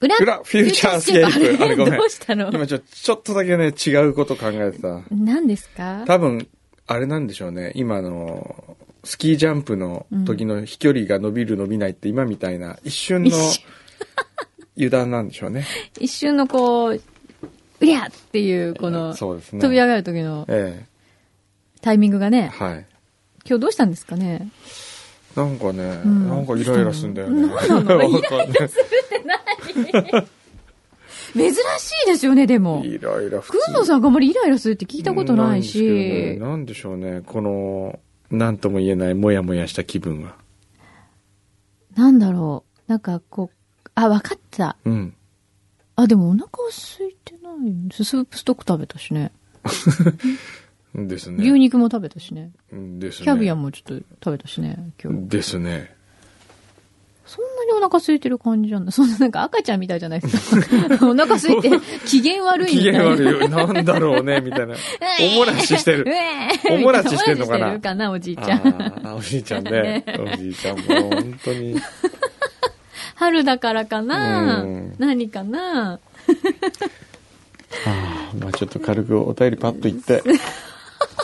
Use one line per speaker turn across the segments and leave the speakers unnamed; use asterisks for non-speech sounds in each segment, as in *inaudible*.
裏
裏、フューチャースケープ。あれごめん。
どうしたの
今ちょ、ちょっとだけね、違うこと考えてた。
何ですか
多分、あれなんでしょうね。今の、スキージャンプの時の飛距離が伸びる伸びないって今みたいな一瞬の
一瞬
油断なんでしょうね。
一瞬のこう、うりゃっていう、この、
そうですね
飛び上がる時の
え
タイミングが
え。
ね、
はい。
今日どうしたんですかね
なんかね、
ん
なんかイライラすんだよね。
なんなの
わかん *laughs* ない
珍しいですよね、でも。
イライラ普
くんのさんがあまりイライラするって聞いたことない
ないんですけ
し
どね、なんでしょうね。この、なんとも言えないモヤモヤした気分は。
なんだろう。なんかこう、あ、わかった。
うん。
あ、でもお腹は空いてない。スープストック食べたしね。
ですね。
牛肉も食べたしね。
ですね。
キャビアもちょっと食べたしね、今日。
ですね。
そんなにお腹空いてる感じじゃない。そ *laughs* んななんか赤ちゃんみたいじゃないですか。 *laughs* お腹空い
*laughs*
て、機嫌悪い
機
みたい
嫌
な。
悪いよ。なんだろうね、みたいな。
*laughs*
おもらししてる。
る
*laughs* おもらししてんのかな
おもらししてるかな、おじいちゃ
あ
ん。
ーおじいちゃんね。おじいちゃんも本当に。
春だからかな
うん
何かな
あーまあちょっと軽くお便りパッと言って、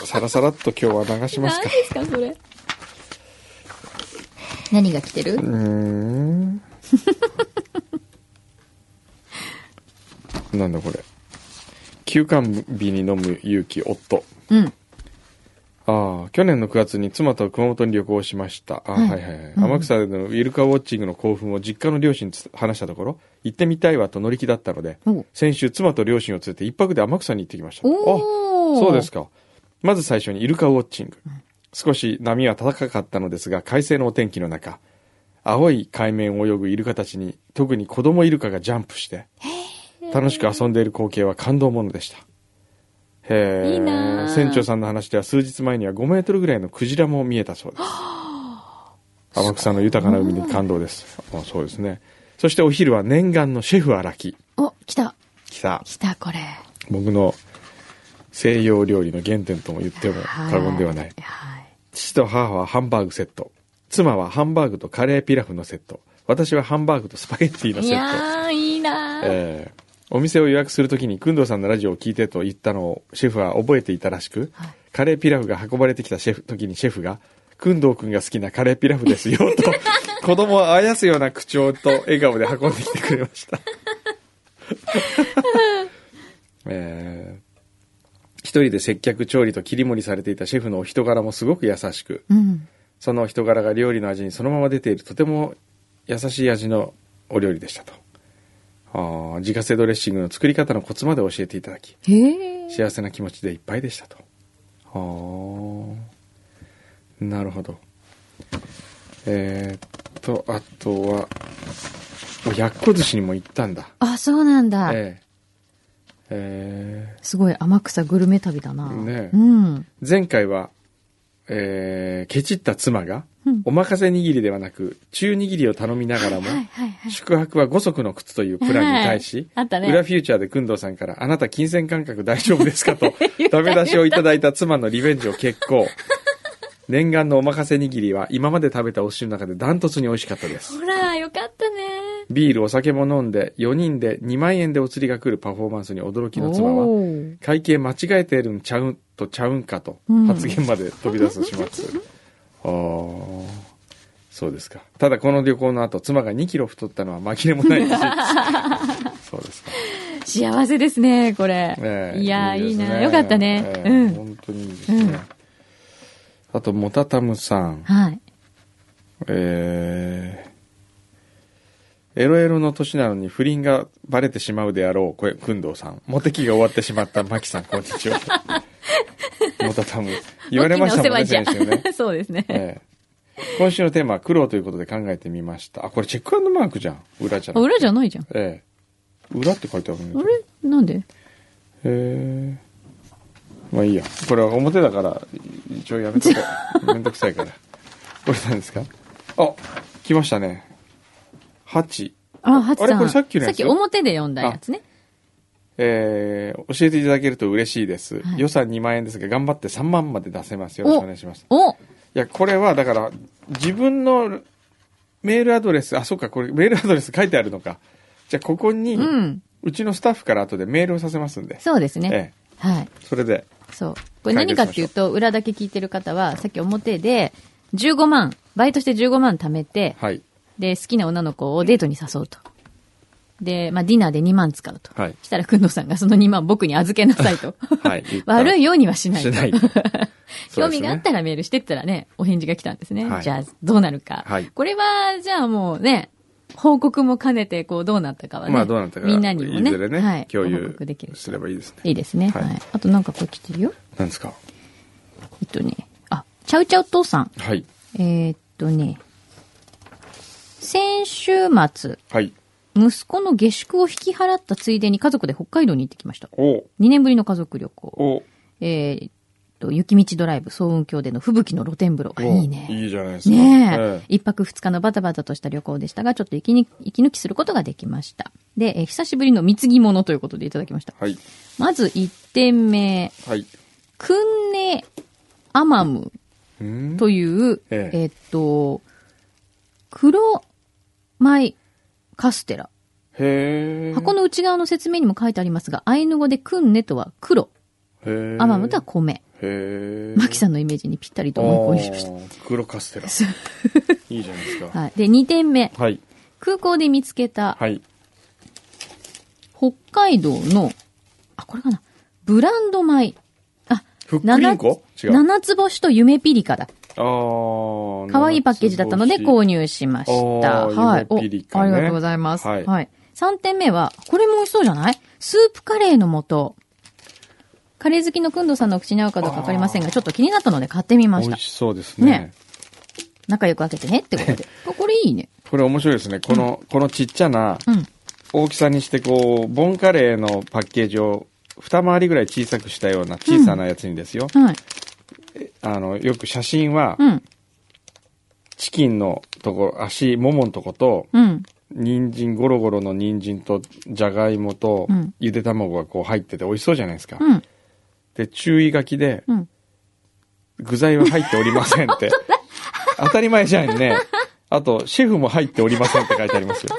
さらさらっと今日は流します
何で
か。
すか、それ。何が来てる
うーん。なんだこれ。休館日に飲む勇気、夫。
うん。
ああ、去年の9月に妻と熊本に旅行しました。ああ、
はい
はいはいはい。天草でのイルカウォッチングの興奮を実家の両親と話したところ、行ってみたいわと乗り気だったので、
お
先週妻と両親を連れて一泊で天草に行ってきました。あ、
おー
そうですか。まず最初にイルカウォッチング。少し波は高かったのですが、快晴のお天気の中、青い海面を泳ぐイルカたちに、特に子供イルカがジャンプして、楽しく遊んでいる光景は感動ものでした。へえ。
いいなあ
船長さんの話では数日前には5メートルぐらいのクジラも見えたそうです。天草の豊かな海に感動です。あそうですね。そしてお昼は念願のシェフ荒木。
お、来た。
来た。
来た、これ。
僕の西洋料理の原点とも言っても
はい
過言ではない。
はい。
父と母はハンバーグセット。妻はハンバーグとカレーピラフのセット。私はハンバーグとスパゲッティの
い
セット。
やー、いいなー。
えーお店を予約するときに、工藤さんのラジオを聞いてと言ったのをシェフは覚えていたらしく、
はい
カレーピラフが運ばれてきたシェフ時にシェフが、工藤くんが好きなカレーピラフですよ
*laughs*
と、子供をあやすような口調と笑顔で運んできてくれま
*laughs*
した。えー一人で接客調理と切り盛りされていたシェフのお人柄もすごく優しく、
うん。
その人柄が料理の味にそのまま出ているとても優しい味のお料理でしたと。あー自家製ドレッシングの作り方のコツまで教えていただき、
へえ。
幸せな気持ちでいっぱいでしたと。あーなるほど。えーっと、あとは、おやっこ寿司にも行ったんだ。
あ、そうなんだ。
えええー
すごい天草グルメ旅だな。
ねえ
うん。
前回は、えー、ケチった妻が、
うん
お任せ握りではなく、中握りを頼みながらも、
はいはいはい。
宿泊は5足の靴というプランに対し、
はいあったね
裏フューチャーで工藤さんから、あなた金銭感覚大丈夫ですかと、
*laughs*
ダメ出しをいただいた妻のリベンジを決行。念願のお任せ握りは、今まで食べたお寿司の中でダントツに美味しかったです。
ほら、よかったね。
ビール、お酒も飲んで、4人で2万円でお釣りが来るパフォーマンスに驚きの妻は、
おー
会計間違えてるんちゃうんとちゃうんかと
うん
発言まで飛び出す始末、 *laughs* ああそうですかただこの旅行の後妻が2キロ太ったのは紛れもない
*laughs*
事実そうですか、
幸せですね、これ。
ええ
いやー、いい
です
な。よかったね。
え
う
え
ん。
本当にいいですね、
うん
あともたたむさん
はい。
えーエロエロの年なのに不倫がバレてしまうであろう、これ、くんどうさん。モテ期が終わってしまった、まきさん、こんに
*laughs*
ちは。もたたむ。言われましたもんね、
大きな
先
お世話
週ね
じ。ゃ。 *laughs* そうですね。
ええ今週のテーマは苦労ということで考えてみました。あ、これチェックアンドマークじゃん。裏じゃ
あ
ん。
裏じゃないじゃん。
ええ裏って書いてあるん
あれなんで
ええまあいいや。これは表だから、一応やめとこ
*laughs*
う。めんどくさいから。これなんですかあ、来ましたね。8。
あ、ハチ
あれ
さ
こ
ん。
れさっきのやつ
表で読んだやつね。
えー教えていただけると嬉しいです。
はい
予算2万円ですが、頑張って3万まで出せます。よろしくお願いします。
お
いや、これはだから、自分のメールアドレス、あ、そっか、これメールアドレス書いてあるのか。じゃあここに、
うん。
うちのスタッフから後でメールをさせますんで。
そうですね。
え
はい。
え。それで、
そう。これ何かっていうと、裏だけ聞いてる方は、さっき表で、15万、バイトして15万貯めて、
はい。
で、好きな女の子をデートに誘うと。で、まあ、ディナーで2万使うと。
はい
したら、くんどうさんがその2万僕に預けなさいと。
*laughs* はい。言った
悪いようにはしないと。*laughs*
しない
興味があっ
ら。
たらメールしてったらね、お返事が来たんですね。
はい
じゃあ、どうなるか。
はい
これは、じゃあもうね、報告も兼ねて、こう、どうなったかはね。
まあどうなったか、
みんなにもね。
いずれね、
はい。
共
ご報
有
告できる。
すればいいですね。
いいですね。は。
はいい
あとなんかこれ来てるよ。
なんですか
えっとね。あ、ちゃうちゃう父さん。
はい。
えーっとね。先週末、
はい。
息子の下宿を引き払ったついでに家族で北海道に行ってきました。
おう
2年ぶりの家族旅行。
おう
えーっと、雪道ドライブ、総雲峡での吹雪の露天風呂。あ
おう
いいね。
いいじゃないですか。
ねえ
え。え
一泊二日のバタバタとした旅行でしたが、ちょっと息に息抜きすることができました。で、えー久しぶりの貢ぎ物ということでいただきました。
はい。
まず1点目、
はい。
クンネアマム
うん
という、
ええ
えっと、黒米カステラ。
へえ。
箱の内側の説明にも書いてありますが、アイヌ語でクンネとは黒、
へえ。
アマムとは米。
へえ。
マキさんのイメージにぴったりと思い込みまし
あー黒カステラ。 *laughs* いいじゃないです
た。
か。
はい。で、2点目、
はい。
空港で見つけた、
はい。
北海道の、あ、これかな。ブランド米。あ、
ふっくりんこ違う。
七つ星と夢ピリカだ。
あー
可愛いパッケージだったので購入しました。
あー
はい。お、
夢ピリカ
あ
ね
りがとうございます。は。
はいい
3点目は、これも美味しそうじゃないスープカレーの素。カレー好きのくんどさんの口に合うかどうかわかりませんが、ちょっと気になったので買ってみまし
美
た
味。しそうですね
ね仲良く開けてねってことで。あこれいいね。
これ面白いですね。この、このちっちゃな
うん。
大きさにして、こう、ボンカレーのパッケージを二回りぐらい小さくしたような小さなやつにですよ。
はい。
あの、よく写真は
う、ん。
チキンのところ、足、もものとこと、
うん。
人参、ゴロゴロの人参と、じゃがいもと
うん、
ゆで卵がこう入ってて美味しそうじゃないですか。
うん。
で、注意書きで、
うん。
具材は入っておりませ
*laughs*
んって。当たり前じゃんね。あと、シェフも入っておりませんって書いてありますよ。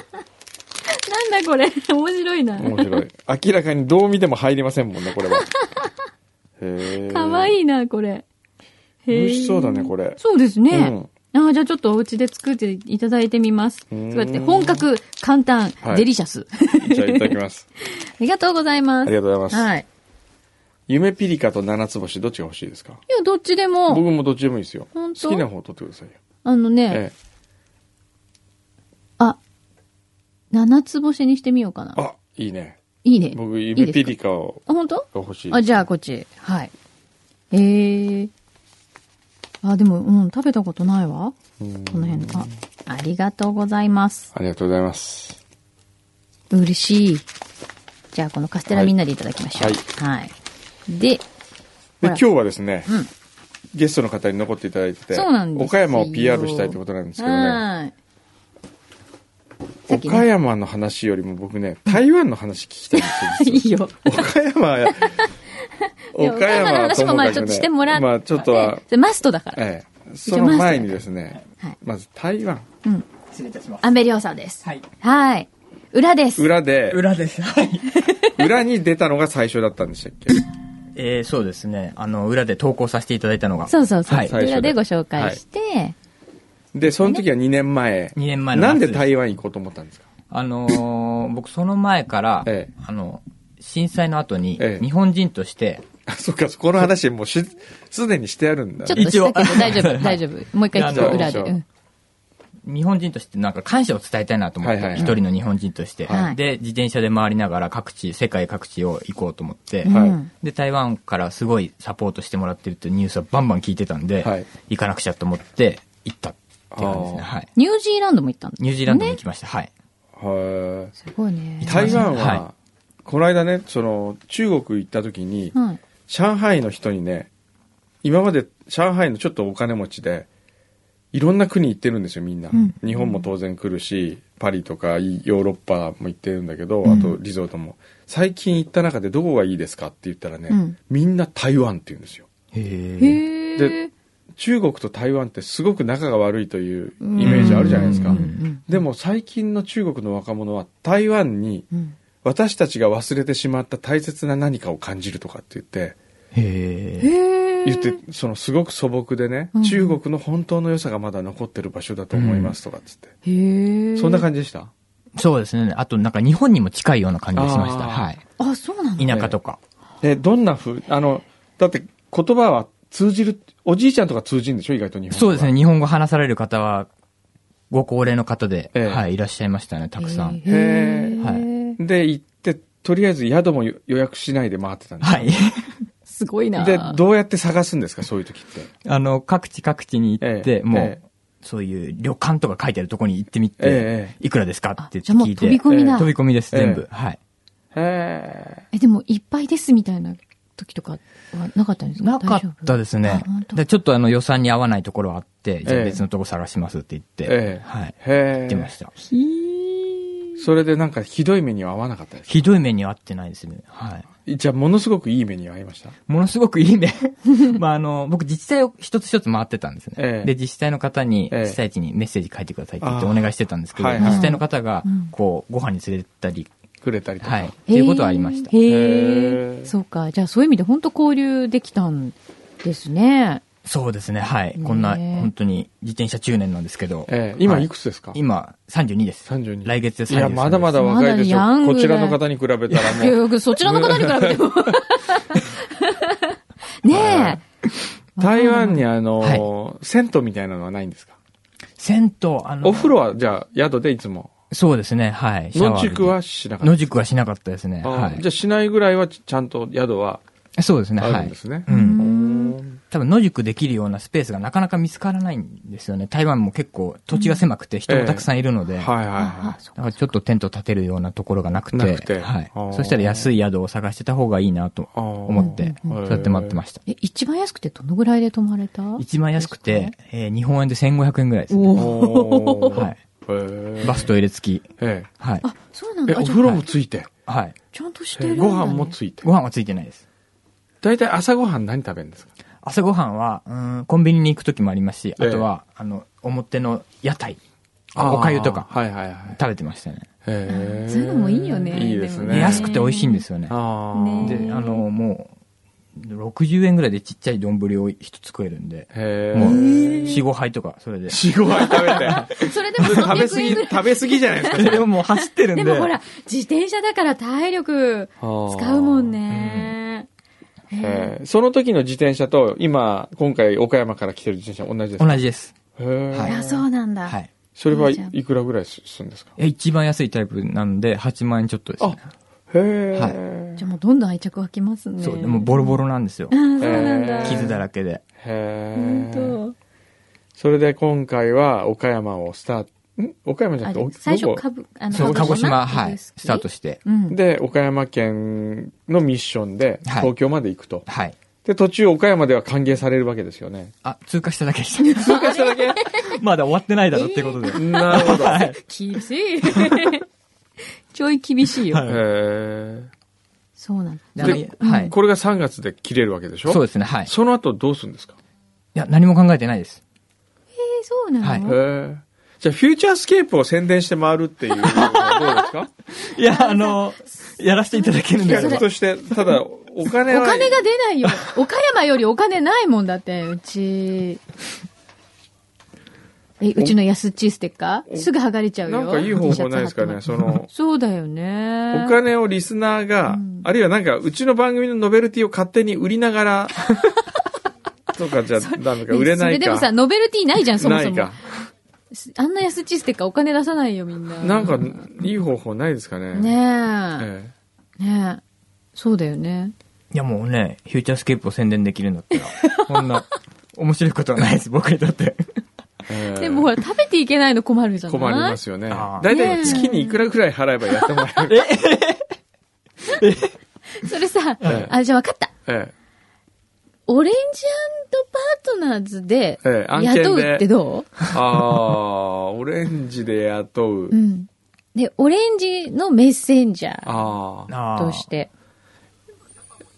なんだこれ。面白いな。
面白い。明らかにどう見ても入りませんもんね、これは。へえ。
かわい
い。
いな、これ。へー
美味しそうだね、これ。
そうですね。ああ、じゃあちょっとお家で作っていただいてみます。
うん
そうやって本格、簡単、
はい
デリシャス。
じゃあいただきます。
ありがとうございま
あ
す。
りがとうございます。
はい。
夢ピリカと七つ星、どっちが欲しいですか
いや、どっちでも、
僕もどっちでもいいですよ。
本
好
当
きな方取ってくださいよ。
あのね、
ええ。
あ、七つ星にしてみようかな。
あ、いいね。
いいね。
僕、
いい
夢
です
ピ
か
リカを
あ、本当
が欲しいです。
あ、じゃあこっち。はい。えー。あ、でも、うん、食べたことないわ。
うん
この辺の。あ、ありがとうございます。
ありがとうございます。
嬉しい。じゃあ、このカステラみんなでいただきましょう。はい。で、
で、
ほら
今日はですね、
うん
ゲストの方に残っていただいてて、
そうなんですよ
岡山を PR したいってことなんですけどね、
はい。さっき
岡
ね、
山の話よりも僕ね、台湾の話聞きたいんですよ。
*laughs* いいよ。
実は岡
*laughs*
山や、
で岡山の話もまあちょっとしてもらって、
まあちょっとは、
それマストだから。
ええ、その前にですね
はい、
まず台湾、
うん。
失礼いたします。
安倍亮さんです。
はい。
はい。裏です。
裏で、
裏です。はい。
裏に出たのが最初だったんでしたっ
*laughs*
け
えー、そうですね。あの、裏で投稿させていただいたのが。
そうそうそう。
はい。
最初で
裏でご紹介して、
で、その時は2年前。
二年前の夏
なんで台湾行こうと思ったんですか *laughs*
あのー僕その前から、
ええ
あの、震災の後に、
ええ
日本人として、
あ、そっか、そこの話もうし、すでにしてあるんだ。
ちょっとしたけど
一応
大丈
*laughs*
夫、大丈夫。もう一回聞
い
こ
や
う、裏
じ
で。
ゃあ
うん
日本人としてなんか感謝を伝えたいなと思っ
は
て、一、
いはいはい
人の日本人として、
はい
で、自転車で回りながら各地、世界各地を行こうと思って、
はい
うん
で、台湾からすごいサポートしてもらってるってニュースはバンバン聞いてたんで、
はい
行かなくちゃと思って、行ったって感じですね。
あー
はい。
ニュージーランドも行ったんだ。
ニュージーランドに行きました。はい。
はい。
すごいね。
台湾は、
は
この間ねその中国行った時に、
はい。
上海の人にね今まで上海のちょっとお金持ちでいろんな国行ってるんですよみんな、
ん
日本も当然来るしパリとかヨーロッパも行ってるんだけど、
うん
あとリゾートも最近行った中でどこがいいですかって言ったらね、
うん
みんな台湾って言うんですよ
へ
へ
で
ー
中国と台湾ってすごく仲が悪いというイメージあるじゃないですか
うんうんうん
でも最近の中国の若者は台湾に
うん
私たちが忘れてしまった大切な何かを感じるとかって言って
へえ。
へえ。
言ってそのすごく素朴でね、
うん
中国の本当の良さがまだ残ってる場所だと思いますとかっつって、
へえ。
そんな感じでした
そうですね。あと、なんか日本にも近いような感じがしました。
あー
はい。
あ、そうなの
田舎とか。
でどんなふうあのだって言葉は通じるおじいちゃんとか通じるんでしょ意外と日本語は
そうですね。日本語話される方は、ご高齢の方で、
ええ
はい、いらっしゃいましたね、たくさん。
へえ。
は
で行ってとりあえず宿も予予約しないで回ってたんです
はい。 *laughs*
すごいな。
でどうやって探すんですかそういう時って
あの、各地各地に行って、
ええ
もう、
え
そういう旅館とか書いてあるとこに行ってみて、
え
いくらですか
あ
って
じゃあも
聞
う
いて。
飛び込みだ
飛。び込みです、
ええ
全部。はい。
へ
え、でも、いっぱいですみたいな時とかはなかったんですか
なかった
で
ですね
あ本。当
でちょっとあの予算に合わないところはあって、じゃ
ええ
あ別のとこ探しますって言って、
ええ
はい。
えへ
行ってま
え
した。
す。ひー
それでなんかひどい目には合わなかったです
ひどい目には合ってないですね。はい。
じゃあものすごくいい目に遭いました
ものすごくいいね。 *laughs* まあ、あの、僕自治体を一つ一つ回ってたんですね。
ええ
で、自治体の方に、
ええ
被災地にメッセージ書いてくださいって言って
ああ
お願いしてたんですけど、
はいはい
自治体の方が
うん、
こう、ご飯に連れてったり、
くれたりとか、
はい、っていうことはありました。
へ
へ
え。
ー
そうか。じゃあ、そういう意味で本当交流できたんですね。
そうですね、はい。こんな、
ねえ
本当に、自転車中年なんですけど、
ええ今
はい
いくつですか、
今、32です。
32
来月で32です。
いや、まだまだ若いでしょ。
まだヤングだ
こちらの方に比べたら
い
もう、
やそちらの方に比べても。ねえ。
*laughs* 台湾にあの、
は
銭湯みたいなのはないんですか
銭湯、あの、
お風呂は、じゃあ、宿でいつも。
そうですね、はい。シャワー
野
浴びて
宿はしなか
野
っ
宿はしなかったですね。
た。
は。
あーじゃあ、しないぐらいはちゃんと宿はい
そうですね、
あ
は
るん
い
で。すね。
う。
うんん
多分野宿できるようなスペースがなかなか見つからないんですよね。台湾も結構土地が狭くて人もたくさんいるので、
はいはい
あ
は
あそ
だからちょっとテント立てるようなところがなくて、
なくて
はい
あー。
そしたら安い宿を探してた方がいいなと
あー
思って、
う
そ
んうんうん
うやって待ってました。
え、一番安くてどのぐらいで泊まれた
一番安くて、えー日本円で1500円ぐらいですね。
い。
おお。
おー
はい。
へえ
バスト入れ付き。
え
はい。
あ、そうなん
ええ、
だ。
お
あじゃあ
風呂もついて、
はい。
ちゃんとして
え
る
え
んだね。
ご飯もついて。
ご飯はついてないです。
大体朝ごはん何食べるんですか
朝ごはんは、うん、コンビニに行く時もありますし、
ええ
あとは、あの、表の屋台、おかゆとか
あーはいはいはい。
食べてましたね。
へえ
そういうのもいいよね。
いいです
も
ね。
安くて美味しいんですよね。
あー
で、あの、もう、60円ぐらいでちっちゃい丼を一つ食えるんで、
へえ。
もう、4、5杯とか、 *laughs* そ
*laughs*
れで。
四五杯食べて。
それでも
食
300
べ過
円
ぎ、
ぐらい。
食べ過ぎじゃないですか。
でももう走ってるん
で
で。
もほら、自転車だから体力使うもんね。
へえ。その時の自転車と、今、今回岡山から来てる自転車同じですか
同じです。
へ
は
あ
い
え。
らそうなんだ。
はい。
それはいくらぐらいすするんですか
いや一番安いタイプなんで、8万円ちょっとですね。
へえ。
は
じゃあもうどんどん愛着湧きますね。
そう、でもボロボロなんですよ
あ。ーそうなんだ。
傷だらけで。
へえ。
本
それで今回は岡山をスタート、ん岡山じ
当。
ゃ
あ
なくてお
で、、最
ど
初
こ
かぶ、あ
そう、鹿児島、
鹿
はい。
ですね
スタートして。
うん。
で、岡山県のミッションで、
はい
東京まで行くと。
はい。
で、途中岡山では歓迎されるわけですよね。
あ、通過しただけでした。 *laughs* 通過しただけまだ終わってないだろってことで。
なるほど。へ
厳しい。 *laughs* ちょい厳しいよ。
はい
え。
そうなんだ。
であの
で
はい。
これが3月で切れるわけでしょ。
そうですすね、はい。い
その後どうするんですか
や、何も考えてないです。
えーそうなの、
はい
へえ。じゃあ、フューチャースケープを宣伝して回るっていうのはどう
*laughs*
ですか
いや、あの、 *laughs* やらせていただけるんです
企画
よ。
として、ただ、お金は。
お金が出
*laughs*
ないよ。岡山よりお金ないもんだって、うち。え、うちの安っちいステッカーすぐ剥がれちゃうよ。
なんかいい方法ないですか
T
ね。
シャツ貼っ
そ
ても
の、
そうだよね。
お金をリスナー
う
が、
ん
あるいはなんか、うちの番組のノベルティを勝手に売りな
*laughs*
がら、とかじゃダメか、売れな
それ
いか。
でもさ、ノベルティないじゃん、そも
な
そ
い
も
か。。
あんな安っちいステッカーお金出さないよ、みんな。
なんか、いい方法ないですかね。
ね
ええ
え。ねえ。そうだよね。
いやもうね、フューチャースケープを宣伝できるんだ *laughs* ったら、こんな、面白いことはないです、僕にとって。 *laughs*
ええ
でもほら、食べていけないの困るじゃない
困りますよね。
あー
大体月にいくらくらい払えばやってもらえる。
それさ
ええ、
あ、じゃあ分かった。
え
オレンジパートナーズで
ええ案件で
雇うってど
え、ああ、オレンジで雇う
うう。ん。で、オレンジのメッセンジャー
ああ。
あー
として。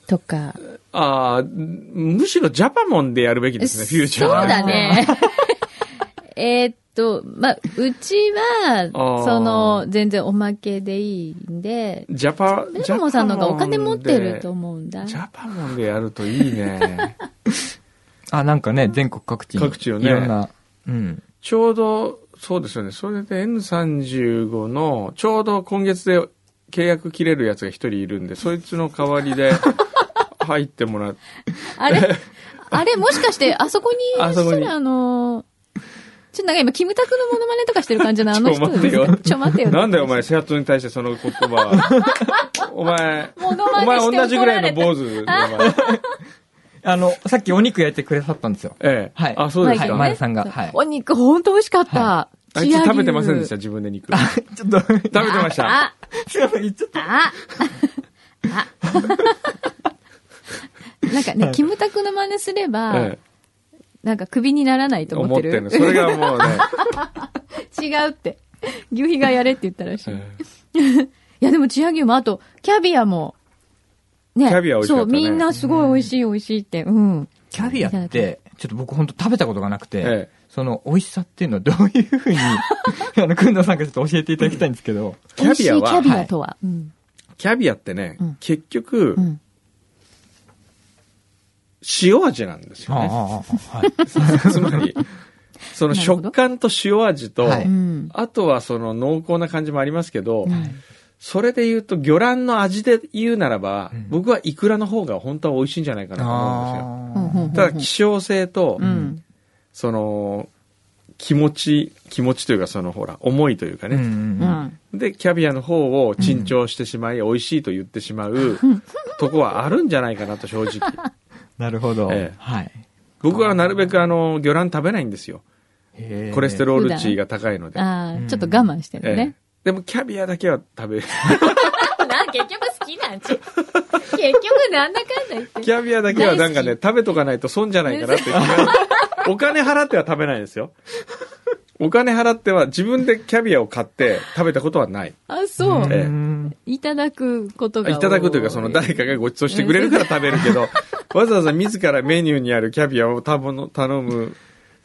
とか。
ああ、むしろジャパモンでやるべきですね、フューチャー
そ
は
うだね。
*laughs*
えーっと、まあ、うちは、
ー
その、全然おまけでいいんで、
ジャパ、
ベルモさんの方がお金持ってると
う。
思うんだ。
ジャパモンでやるといい
*laughs*
ね。
あ、なんかね、全国各地に。
各地をね
いろんな。うん。
ちょうど、そうですよね。それで N35 の、ちょうど今月で契約切れるやつが一人いるんで、そいつの代わりで入ってもらって、
あ
*laughs*
れあれもしかして、あそこにいらっし
あそこ
ゃ
に
るあの、ちょっとなんか今、キムタクのモノマネとかしてる感じのあの
*laughs* ちょ
人
待って
です
よ
かちょ待ってよ。
なんだよお前、セアトに対してその言葉は。
*laughs*
お前、
モノ
お
マネ
前
して怒られた
同じぐらいの坊主だよお前
あの、さっきお肉焼いてくださったんですよ。
*laughs*
*laughs*
ええ。
はい
あ、そうです
マイク
か。
ね
前田さんがはい
お肉ほんと美味しかった。
あいつ食べてませんでし
食
た、自分で肉。
あ
食、
ちょっと、食べ
べてました。
あ、
すいません、言っちゃった。
あ、あ。 *laughs* なんかね、キムタクの真似すれば、
え
なんか首にならない
え、
と思
思
っ
っててる
る。
の。それがもうね。
違うって。牛皮がやれって言ったらし *laughs* い。い
ええ
や、でもチア牛も、あと、キャビアも、ね。
キャビア美味しかった
そ
ね
う、みんなすごい美味しい美味しいって。うん。
キャビアって、ちょっと僕本当食べたことがなくて、
ええ
その美味しさっていうのはどういうふうに、 *laughs* あの、くんどうさんがちょっと教えていただきたいんですけど、
*laughs*
キャビア
美味しい
は
キャビアとは。うん。
キャビアってね、
うん
結局
う、ん。
塩味なんですよ
ああ
ね。
ああ、
*laughs*
はい。
つまり、その
なるほど
食感と塩味と、
はい
うん。
あとはその濃厚な感じもありますけど、
はい
それで言うと魚卵の味で言うならば、
うん
僕はイクラの方が本当は美味しいんじゃないかなと思うんですよ。
うん
ただ希少性と、
うん。
その気持ち気持ちというかそのほら思いというか
うんう
ね、
ん
う
うん
ん。
でキャビアの方を珍重してしまい、美味しいと言ってしまう *laughs* とこはあるんじゃないかなと正
*laughs*
直
なるほど。
ええ
はい。
僕はなるべくあの魚卵食べないんですよ
へえ
コレステロール値が高いので、
あ
う
あ、
ん
ちょっと我慢してる
ええ
ね。
でもキャビアだけは食べ *laughs*
な、結局好きなんちゃう。結局なんだかんだ言って。
キャビアだけはなんかね食べとかないと損じゃないかなって気が
*laughs*
お金払っては食べないですよお金払っては自分でキャビアを買って食べたことはない
あ、そう。
ええ
うん
いただくことが多。
いただくというか、その誰かがご馳走してくれるから食べる
*laughs*
けど、わざわざ自らメニューにあるキャビアを頼む頼む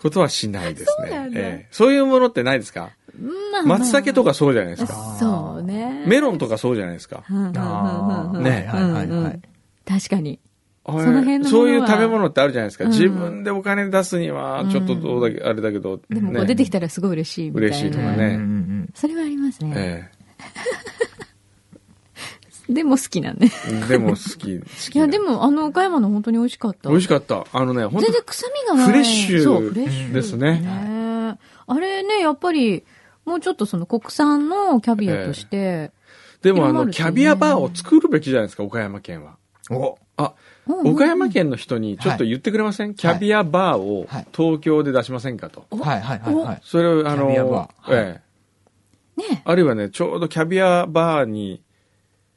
ことはしないです
そ
ね。
うなんだ
ええそういうものってないですか
うんまあまあ
松茸とかそうじゃないですか。
そうね。
メロンとかそうじゃないですか。
うんうんうんうんうん
ね
はいはいはい
うんうん確かに。
あれ
その辺のものは
そういう食べ物ってあるじゃないですか。
うん
自分でお金出すには、ちょっとどうだけ、あれだけど、
でもこう
ね
出てきたらすごい嬉しいみたいな。
嬉しいとか
うん
ね
うんうん
それはありますね。
え
でも好きなんで。い
えでも *laughs* 好き、好き。
や、で、もあの岡山の本当に美味しかった。
美味しかった。あのね、本
全然
当
臭みがない。
フレッシュ
そう、フレッシュ。
ですね
ねあれね、やっぱり、もうちょっとその国産のキャビアとして、
でもあ
広ま
の、
るし
キ
ね
ャビアバーを作るべきじゃないですか、岡山県は。
お
あ、
うんうん
岡山県の人にちょっと言ってくれません、キャビアバーを
はい
東京で出しませんかと。
はいはいはいはい。
それを、あの、
キャビアバーはい
ええ
ね。
あるいはね、ちょうどキャビアバーに、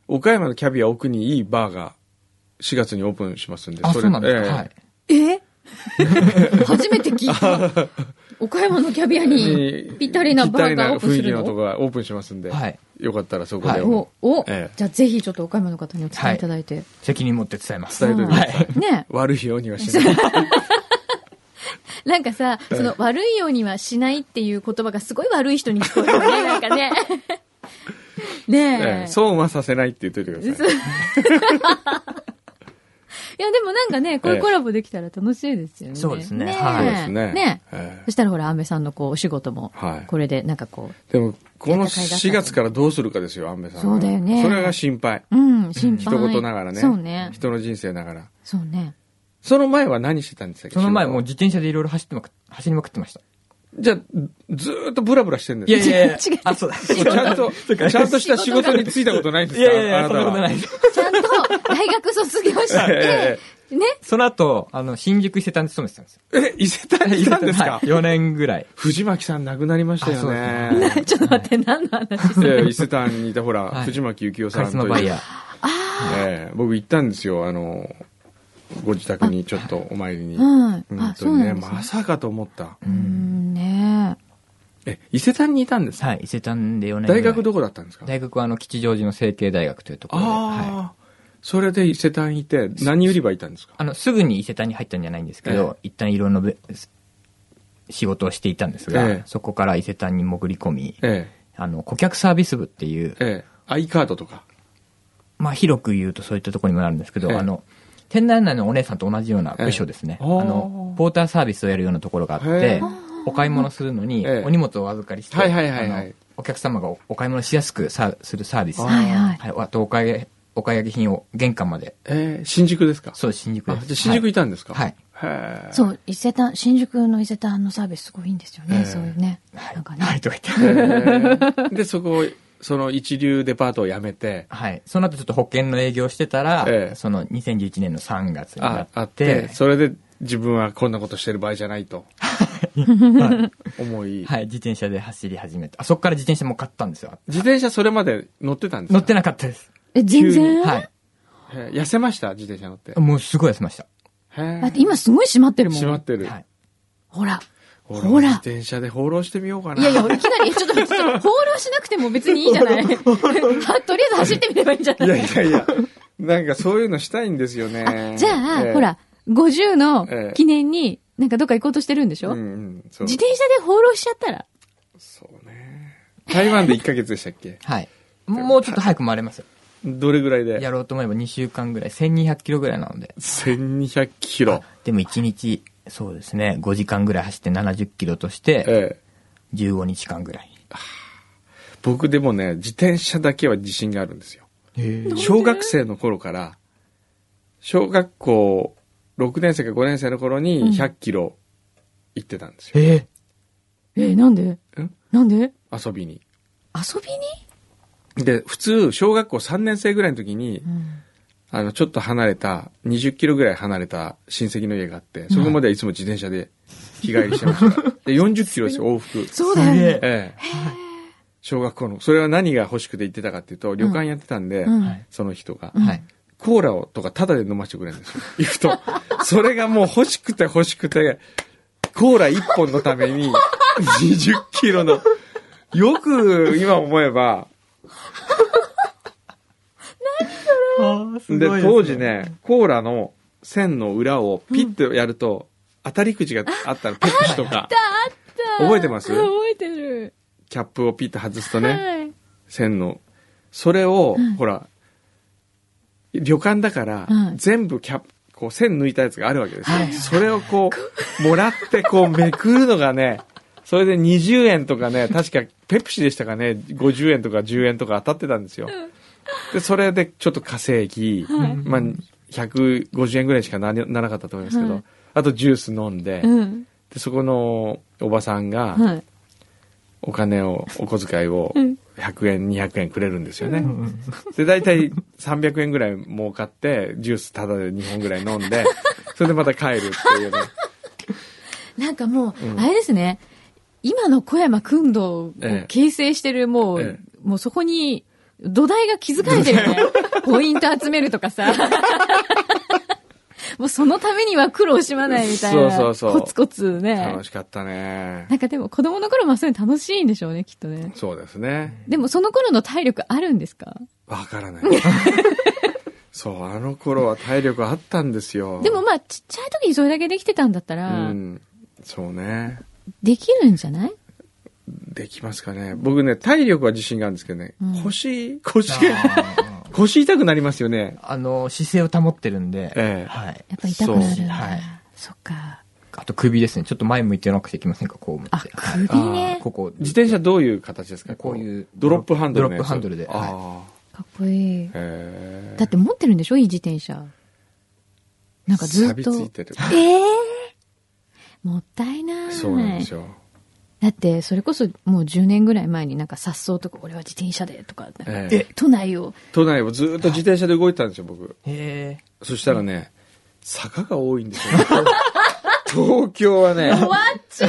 岡山のキャビア奥にいいバーが4月にオープンしますんで、
あ、そうなんです
ええ
か。はい。
え *laughs* 初めて聞い
*laughs*
た。岡山のキャビアにぴったりなバーがオープンする
ぴったりな雰囲気のと
の
こがオープンしますんで、
はい
よかったらそこで
はい
も
お、お、
ええ
じゃあぜひちょっと岡山の方にお伝えいただいて。
責任持って伝えます。
伝えといてください。
うんね
悪いようにはしない。
なんかさ、その悪いようにはしないっていう言葉がすごい悪い人に聞こえる
*laughs*
ね、なんかね。
え
ね
え
え。
損はさせないって言っといてください。
*laughs* いや、でもなんかね、こうい
え
う
え
コラボできたら楽しいですよね。
そうですね
え
は
そ
い
うですね。
ねえ
ええ
そしたらほら、安倍さんのこう、お仕事も
はい、
これでなんかこ
でも、この
戦いだった
4月からどうするかですよ、安部さん。
そうだよね
それが心配。
う、うん、心配。
一言ながらね
そうね。
人の人生ながら。
そうね。
その前は何してたんですか
その前もう
う。
自転車でいろいろ走ってまく、走りまくってました。
じゃあ、ずーっとブラブラしてるんですか
いやいや違う
あ、そうだ。
ちゃんと、ちゃんとした仕事に就いたことないんです
い
か
やいやいや、
あ
そんなことない
い。
です。
ちゃんと、大学卒業し
*laughs* え
て、ね。
その後、あの、新宿伊勢丹で勤めてたんですよ。
え、伊勢丹にいたんですか
?4 年ぐらい。
藤巻さん亡くなりましたよ
あ
ね。
ちょっと待って、何の話す
い
る
や伊勢丹にいたほら、
*laughs* はい
藤巻幸雄
カ
さ
リ
んと
スマ
いう
バイヤー。
ええ僕行ったんですよ、あの、ご自宅にちょっとお参りに。
はい
本。当
あ、
に
そうな
ね、
んですね
ま。さかと思った。
うんね
え、伊勢丹にいたんですか
はい、伊勢丹で4年ぐらい。
大学どこだったんですか
大学はあの、吉祥寺の成蹊大学というところで。は
ああ、それで伊勢丹にいて、何売り場いたんですか
あの、すぐに伊勢丹に入ったんじゃないんですけど、一旦いろんなべ仕事をしていたんですが、
ええ
そこから伊勢丹に潜り込み、
え
あの、顧客サービス部っていう
え。、ええ。i カードとか。
まあ、広く言うとそういったところにもなるんですけど、
ええ
あの、店内内のお姉さんと同じような部署ですね。
え
あ
えあー
の、ポーターサービスをやるようなところがあっ
へえ
て、お買い物するのに、
ええ
お荷物をお預かりして、
はいはいはいはい
あのお客様がおお買い物しやすくさするサービス。
あー
はいはい。
はい、あとお買い、お買い上げ品を玄関まで。
ええ、新宿ですか
そうです、新宿
あ
で
じゃ
す。
あ新宿
はい
いたんですか
はい。
へえ。
そう、伊勢丹、新宿の伊勢丹のサービスすごいいいんですよね、
ええ
そういうね。なんかね。
はい、とか言っ
へ
て。
えで、そこ、その一流デパートを辞めて、
はい。その後ちょっと保険の営業してたら、
ええ
その2011年の3月にな
あ
っ、て、
あって、それで自分はこんなことしてる場合じゃないと
はい
思い、
はい、自転車で走り始めた。あそこから自転車も買ったんですよ。
自転車それまで乗ってたんですか
乗ってなかったです。
え、全然、
はい。
へえ痩せました自転車乗って。
もうすごい痩せました。
へ
だって今すごい閉まってるもん。
閉まってる。
はい。
ほら。
ほ
ほら
自転車で放浪してみようかな。
い
*laughs*
やいや、いきなり、ちょっと、ちょっと放浪しなくても別にいいじゃないはとりあえず走ってみればいいんじゃない
いやいやいや、なんかそういうのしたいんですよね。
じゃあ、
ええ
ほ、ら、50の
ええ
記念に、なんかどっか行こうとしてるんでしょ、
うんうん、そう
自転車で放浪しちゃったら。
そうね。台湾で1ヶ月でしたっけ
はい。もうちょっと早く回れますよ。
どれぐらいで
やろうと思えば2週間ぐらい、1200キロぐらいなので。
?1200 キロ。
でも1日、そうですね、5時間ぐらい走って70キロとして、
ええ。
15日間ぐらい。
僕でもね、自転車だけは自信があるんですよ。
へ
小学生の頃から、小学校6年生か5年生の頃に
うん
100キロ行ってたんですよ。
え。
えーなんで
ん
なんで
遊びに。
遊びに、
で、普通、小学校3年生ぐらいの時に、あの、ちょっと離れた、20キロぐらい離れた親戚の家があって、そこまではいつも自転車で日帰りしてました。 *laughs* で、40キロですよ、往復。
そうだよ
す
ね
げえ。
ええ。小学校の、それは何が欲しくて行ってたかっていうと、旅館やってたんで、
うん
はい。
その人が、
はい。
コーラをとかタダで飲ませてくれるん *laughs* ですよ。行くと。それがもう欲しくて欲しくて、コーラ1本のために、20キロの、よく今思えば、で、当時。ね、コーラの線の裏をピッとやると、当たり口があったの、ペプシとか。覚えてます
あ覚えてる。
キャップをピッと外すとね、
はい。
線の。それを
うん、
ほら、旅館だから
う、ん
全部キャップ、こう線抜いたやつがあるわけですよ
はい。
それをこう、もらってこうめくるのがね、それで20円とかね、確かペプシでしたかね、50円とか10円とか当たってたんですよ。で、それでちょっと稼ぎ、
はい
まあ、150円ぐらいしかなならなかったと思いますけど、
はい
あとジュース飲んで、
うん。
でそこのおばさんが
はい。
お金を、お小遣いを
ん
100円、200円くれるんですよね。
うんうん
で、大体300円ぐらい儲かって、ジュースタダで2本ぐらい飲ん
*laughs*
で、それでまた帰るっていうね。
なんかもう、
うん
あれですね。今の小山君堂を
ええ
形成してる、もう、
え
もうそこに、土台が気づかれてるね。ポイント集めるとか
*laughs*
さ。もうそのためには苦労惜しまないみたいな。
そうそうそ
コ
う
ツコツね
楽。しかったね
な。んかでも子供の頃もそういうの楽しいんでしょうね、きっとね。
そうですね。
でもその頃の体力あるんですか
わから
*laughs*
ない。そう、あの頃は体力あったんですよ。
でも、まあ、ちっちゃい時にそれだけできてたんだった
う
ら、
ん。そうね。
できるんじゃない
できますかね。僕ね、体力は自信があるんですけどね、
うん
腰、腰が、
あー
腰痛くなりますよね。
あの、姿勢を保ってるんで、
ええ
はい。
やっぱ痛くなる
そ
ん
う
だ。
はい
そっか。
あと首ですね。ちょっと前向いてなくていけませんかこう向いて。
あ、
はい
首ね。
ここ。
自転車どういう形ですか
こういう
ドロップハンドルのやつ
ドロップハンドルではい
あ
かっこいい
あ。。へえ
だって持ってるんでしょいい自転車。なんかずっと。
錆びついてる。
ええもったいない。
そうなんですよ。
だって、それこそもう10年ぐらい前になんか颯爽とか、俺は自転車でとか、なんか
ええ
都内を。
都内をずーっと自転車で動いてたんですよ、僕。
へえ。
そしたらね、坂が多いん
*laughs*
ですよ、ね。東京はね、
わっち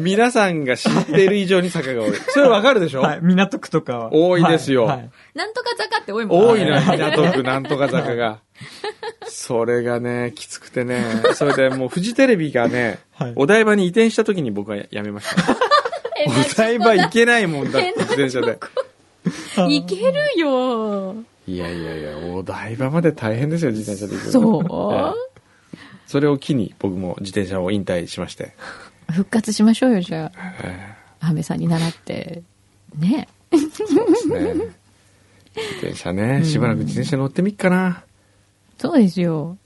皆さんが知ってる以上に坂が多い。それわかるでしょ、
はい、港区とかは。
多いですよ
はいはい
*laughs* なんとか坂って多いもんね
多いのよ、港区なんとか坂が。それがね、きつくてね。それでもうフジテレビがね、
はい
お台場に移転した時に僕はやめました。
え
お台場行けないもんだって、自転車で。
いけるよ。
いいやいやいや、お台場まで大変ですよ、自転車で行くの
そ
それを機に僕も自転車を引退しまして。
う。復活しましょうよ、じゃあ。安倍さんに習って。ね。
そうですね。自転車ね、しばらく自転車乗ってみっかな。
そうですよ。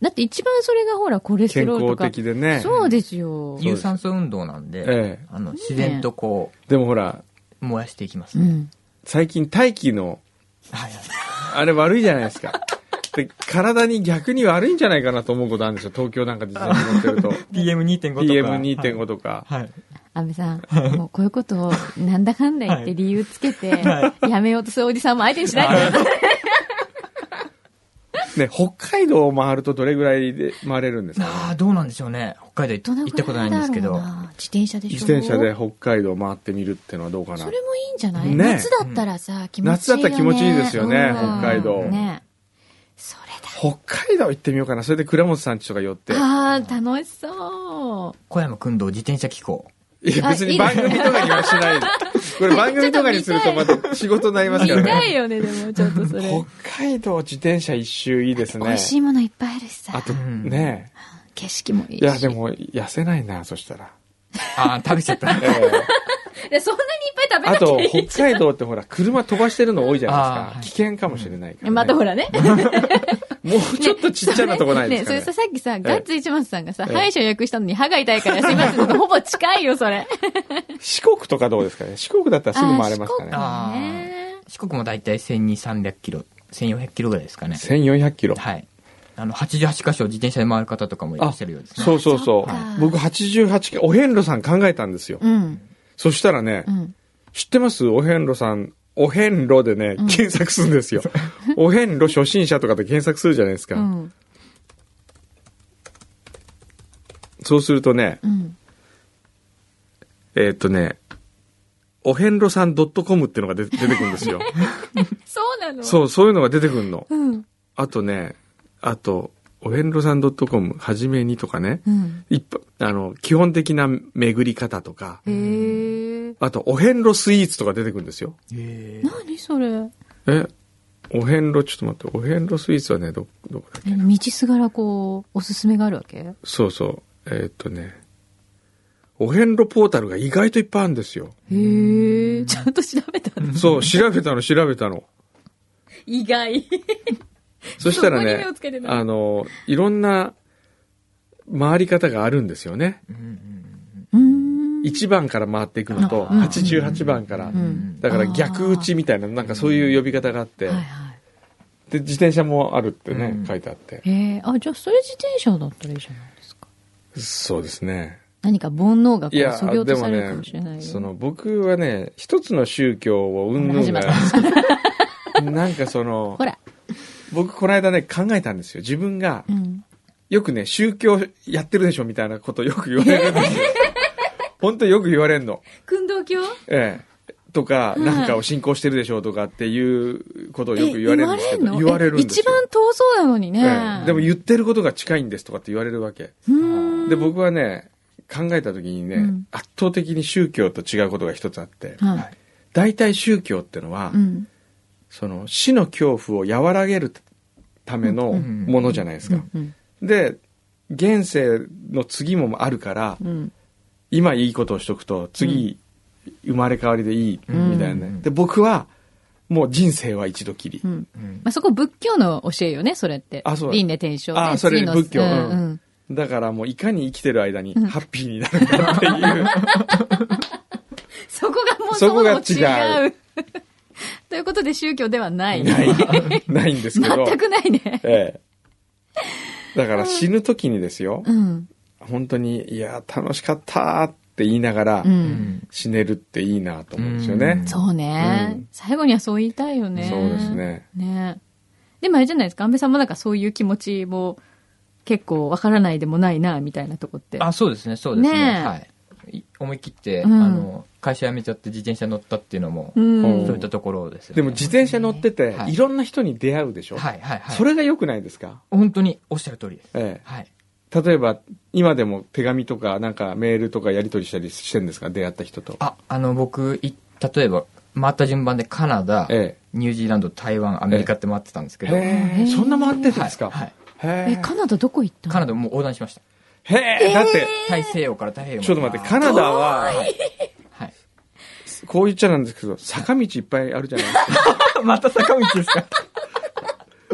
だって一番それがほら、コレステ
健
ロールと
康
か。
的でね。
そうですよ。
有酸素運動なんで、
ええ
あの自然とこ
でもほら、
う燃やしていきます
う
ね、
ん。
最近大気の、
はいはい
あれ悪いじゃないですか。で、体に逆に悪いんじゃないかなと思うことあるんですよ。東京なんかで自転車乗っ
*laughs*
てると。
PM2.5 とか
PM2.5 とか。
はい、
安倍さん、もうこういうことをなんだかんだ言って理由つけて、
は
やめようとするおじさんも相手にしないで。
ね、北海道を回るとどれぐらいで回れるんですか
ああどうなんでしょうね北海道行
ど
っ
の
行っ
ぐ
たこと
ら
ないい
だ
ん
ろ
ですけ
う
ど
な。自転車でしょ
自転車で。北海道を回ってみるっていうのはどうかな
それもいいんじゃない、
ね
夏だったらさ、気持ちいいよ、ね。
夏だったら気持ちいいですよね
うん
北海道
ね。それだ。
北海道行ってみようかな。それで倉本さんちとか寄って。
ああ、楽しそう。
小山君堂自転車機構
いや、
あ
別
い
に
いね
番組とかにはしないで。これ番組とかにすると
*laughs*
また仕事になります
見
から
た
ね。
いよね、でも、ちょっとそれ。
北海道自転車一周いいです
美
ね
味。しいものいっぱいあるしさ
あ。と、
ん
ね
景色もいいし。
いや、でも、痩せないな、そしたら。
ああ食べちゃった
*laughs* ええ
で。そんなにいっぱい食べ
あ
な
と
きゃいい、じゃん
北海道ってほら、車飛ばしてるの多いじゃないです
あー
か。危険かもしれないからね。
またほら
*laughs*
ね。
もうちょっとちっちゃなとこないですか
ね
ね
ねそれさ、さっきさ、ガッツ一松さんがさ、
ええ
歯医者予約したのに歯が痛いから休みますってほぼ近いよ、そ
*laughs*
れ。
四国とかどうですかね四国だったらすぐ回れますかね
あ。
あ
ね
ー四国も大体1200300キロ1400キロぐらいですかね
1400キロ。
はいあの88箇所自転車で回る方とかもいらっしゃるようですね
そうそうそ
そっ
う
か。
僕88キロ、お遍路さん考えたんですよ。
うん。
そしたらね
う、ん。
知ってますお遍路さん。お遍路でね、検索するんで
*laughs*
すよ。お遍路初心者とかで検索するじゃないです
う
か。
ん。
そうするとね、
うん。
えーっとね、お遍路さん .com っていうのが出出てくる
*laughs*
んですよ。
そうなの
そう、そういうのが出てくるの。
うん。
あとね、あと、お遍路さん .com はじめにとかね、
うん。
一般あの、基本的な巡り方とか、
へえ。
あと、お遍路スイーツとか出てくるんですよ。
へー
何それ
え、お遍路、ちょっと待って、お遍路スイーツはね、ど、どこだっけ
道すがらこう、おすすめがあるわけ
そうそう、えーっとね、お遍路ポータルが意外といっぱいあるんですよ。
へえ。ちゃんと調べたの
そう、調べたの、調べたの。
意
*laughs*
外。
そしたら
そこに
ね
目をつけて、ない
あの、いろんな回り方があるんですよね。
うんうん
うーん。
1番から回っていくのと、
あうん
88番から
う。
ん
ん。
だから逆打ちみたいな、なんかそういう呼び方があって、
はいはい。
で、自転車もあるってね、
うん
書いてあって。
へえ。あ、じゃあそれ自転車だったらいいじゃないですか。
そうですね。
何か煩悩がこ、
いうや
そぎ、落
で
とさ
も
れるか
ね
もしれない、よ。
その僕はね、一つの宗教を云々が
ほら
*laughs* なんかその
ほ、ら。
僕この間ね、考えたんですよ。自分が
う、ん。
よくね、宗教やってるでしょみたいなことよく言われる
*laughs*
んですよ。本当によく言われるの。
訓導教
ええ。とか、
うん
なんかを信仰してるでしょうとかっていうことをよく言われるんですけど、
え
言われるんですよ。
一番遠そうなのにね。
ええでも言ってることが近いんですとかって言われるわけ。
うーん
で、僕はね、考えた時にね、
うん
圧倒的に宗教と違うことが一つあって、
は
大体宗教ってのは、
い。うん。
その死の恐怖を和らげるための
ん
ものじゃないですか。
うん。
で、現世の次もあるから、
うん。
今いいことをしとくと、次、生まれ変わりでいい、
ん
みたいな
う
ね。
ん
で、僕は、もう人生は一度きり。
うん。
うん
まあ、そこ仏教の教えよね、それって。
あそう
輪廻転生ね。
あそれ
次の
仏教
うん
うん
うん。
だからもういかに生きてる間にハッピーになるかっていう、
そこがもう
そこが違う
そもそも違う *laughs* ということで宗教ではない。
ない、ないんですけど。
全くないね。
ええ。だから死ぬ時にですよ、
うん。
本当に、いや、楽しかったって言いながら、
う。
うんん
死ねるっていいなと思うんですよね。
ん
そうね
うん。
最後にはそう言いたいよね。
そうです。ね。
ねでもあれじゃないですか、安倍さんもなんかそういう気持ちも結構わからないでもないな、みたいなとこって。
あそうですねそうですね
ねえ
はいい思い切って、
うん
あの会社辞めちゃって自転車乗ったっていうのも、
うん
そういったところですよ、ね、
でも自転車乗ってて、
はい
い、ろんな人に出会うでしょ、
はいはいはい
それが良くないですか、
本当におっしゃる通りです、
え
はい
え、例えば、今でも手紙とか、なんかメールとかやり取りしたりしてるんですか出会った人と。
ああの僕い例えば回った順番でカナダ、
え
ニュージーランド、台湾、アメリカって回ってたんですけ
え。
ど、
へえ。そんな回ってるんですか
はい
へ
え、カナダどこ行ったの
カナダもう横断しました。
え。へえ。だって、
大西洋から太平洋まで
ちょっと待って、カナダは、
はい。
こう言っちゃなんですけど、坂道いっぱいあるじゃないですか。
*laughs* また坂道で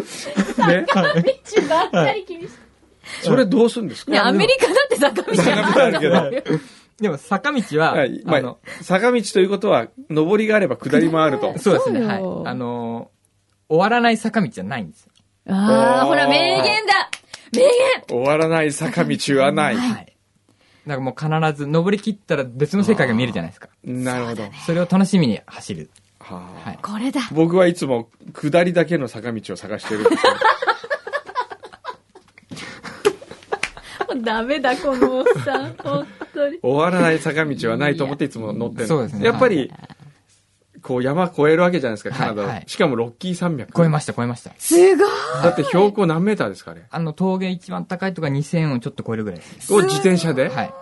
すか
ね。
道ばっかり気にして。
それどうするんです
ね、
か
アメリカだって坂道
坂道あるけど。
でも坂道は、
はい。ま
あ
あ
の、、
坂道ということは、上りがあれば下りもあると。
そうですね、
そう
はい。
よ
あのー終わらない坂道じゃないんですよ。
ああ、ほら、名言だ名言
終わらない坂道はない。
はい。だからもう必ず登り切ったら別の世界が見えるじゃないですか。
なるほど。は
それを楽しみに走る。
あ
はい。
これだ
僕はいつも下りだけの坂道を探してるん
*laughs*
ですけど
ダメだ、このおっさん。本当に。
終わらない坂道はないと思っていつも乗ってる
そうですね
やっぱり、こう山越えるわけじゃないですか、カナダは
はいはい
しかもロッキー山脈。
超えました、超えました。
すごい
だって標高何メーターですかね。
あの、峠一番高いとか2000をちょっと超えるぐらいです。
を自転車で、
はい。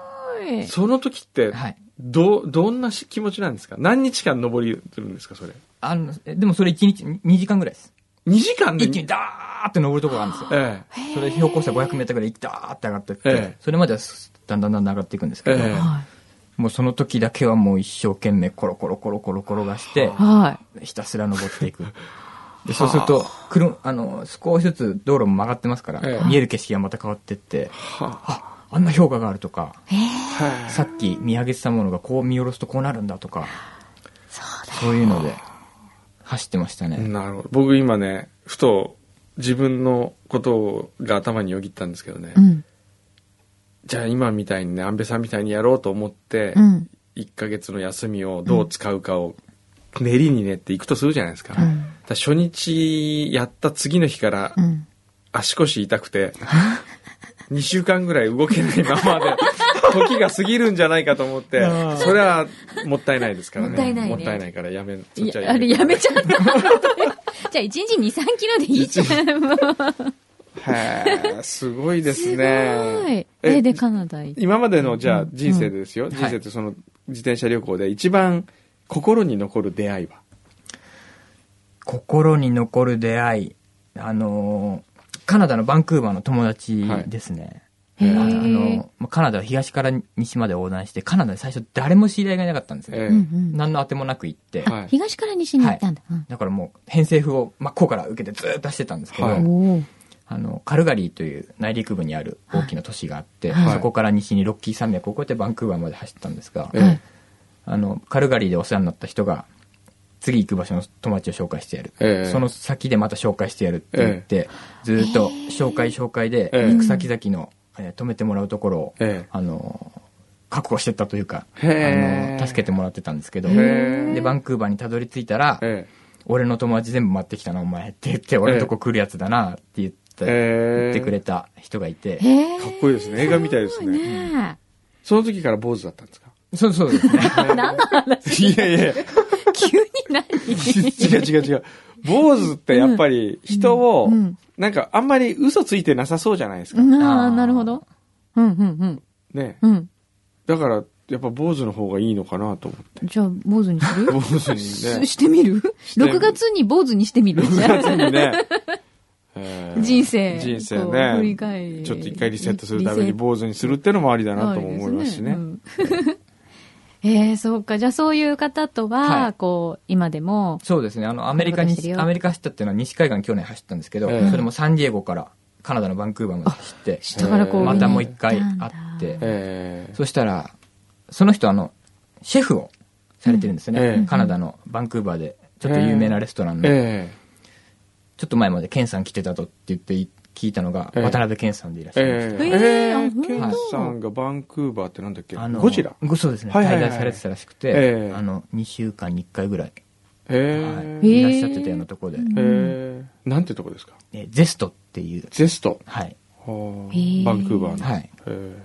その時って、
はい。
ど、どんなし気持ちなんですか何日間登りするんですか、それ。
あの、えでもそれ1日、2時間ぐらいです。
2時間で
一気にダーって登るとこがあるんですよ。
ええ。
それ標高差500メートルぐらいダーって上がってって、
ええ
それまではすだんだんだんだん上がっていくんですけど、
ええ
は
もうその時だけはもう一生懸命コロコロコロコロ転がして
い。、は
ひたすら登って
*laughs*
いく。でそうすると、車、あの、少しずつ道路も曲がってますから、
ええ
見える景色がまた変わってって、
は
あ、あんな氷河があるとか、
あはい
さっき見上げてたものがこう見下ろすとこうなるんだとか、そういうので、走ってましたね。
なるほど。僕今ね、ふと自分のことが頭によぎったんですけどね。
い。うん。
じゃあ今みたいにね、安倍さんみたいにやろうと思って、
うん。
1ヶ月の休みをどう使うかを練りに練っていくとするじゃないですか。
う
だか
ん。
ら初日やった次の日から
うん。
足腰痛くて、2週間ぐらい動けないま
*laughs*
まで、時が過ぎるんじゃないかと思って、それはもったいないですからね。
もったいないね
もったいないからやめ、そっ
い
ちは
や、あれやめちゃった。 *laughs* じゃあ、1日2、3キロでいいじゃん。もう
へえ、すごいです
すご
ね。
い。え、で、カナダ行って。
今までの、じゃあ人生でですよ。人生ってその自転車旅行で一番心に残る出会いは。
心に残る出会い、あのーカナダのバンクーバーの友達ですね。
はいへ
あ
ー
の、まあカナダは東から西まで横断して、カナダで最初誰も知り合いがいなかったんです
え
ね。
え
うんうん。
何の当てもなく行って、
は
あ
い、
東から西に行ったんだ。うん
だからもう偏西風を真っ向から受けてずーっと走ってたんですけど、
お
はい
お。
あの、カルガリーという内陸部にある大きな都市があって、
はい
そこから西にロッキー山脈を越えてバンクーバーまで走ったんですが、
ええ
あの、カルガリーでお世話になった人が、次行く場所の友達を紹介してやる。
ええ
その先でまた紹介してやるって言って、ずーっと紹介紹介で、
ええ
行く先々の、えー止めてもらうところを、
ええ
あのー、確保してったというか、あの
へえ
ー助けてもらってたんですけど、
へえ
で、バンクーバーにたどり着いたら、
え
俺の友達全部待ってきたな、お前って言って、俺のとこ来るやつだな、って言っ
へ
て、
え
言ってくれた人がいて、
へえ。
かっこいいですね映画みたいですね
そうね
その時から坊主だったんですか *laughs*
そうそうですね。
いやいや、
急に
*laughs*
何
違う違う違う。坊主ってやっぱり人を、
うんうん
なんかあんまり嘘ついてなさそうじゃないです
あ
か。
あ、なるほど。うん、うん、
ね。
うん。うん。
だから、やっぱ坊主の方がいいのかなと思って。
じゃあ、坊主にする
坊主に
す *laughs*
ね。
してみる
てみる
?6 月に坊主にして
*laughs*
みるじゃ
坊主にね。え
あ
ー
人生。
人生
こう振り返
ね。
り。
ちょっと一回リセットするために坊主にするってのもありだなとも思いますしね。
リセットありですねうん *laughs* ええ、そうか。じゃあ、そういう方と
は
は、
い
こう、今でも、
そうですね。あの、アメリカに
そうです、よ
アメリカ走ったっていうのは西海岸去年走ったんですけど、
ええ
それもサンディエゴからカナダのバンクーバーまで走って、
下からこう、
またもう一回
見に行
会
たん
っ
だ
て、
えー
そしたら、その人あの、シェフをされてるんですね。
うんええ
カナダのバンクーバーで、ちょっと有名なレストランの、
え
ちょっと前までケンさん来てたとって言って聞いたのが、
ええ
渡辺ケンさんでいらっ
ー
しゃいま
え
し
え
ー
ー
え
あ
ー
本当
ケンさんがバンクーバーってなんだっけ
た。あの
ゴジラ
ごそうですね。
はいはいはい
滞在されてたらしくて、
ええ
あの、2週間に1回ぐらい、
え
は
ー
い、
へえ
いらっしゃってたようなところで、
えーなんてとこですか
えゼストっていう、
ゼスト。
はい。
はあ
へー
バンクーバーの。
はい
え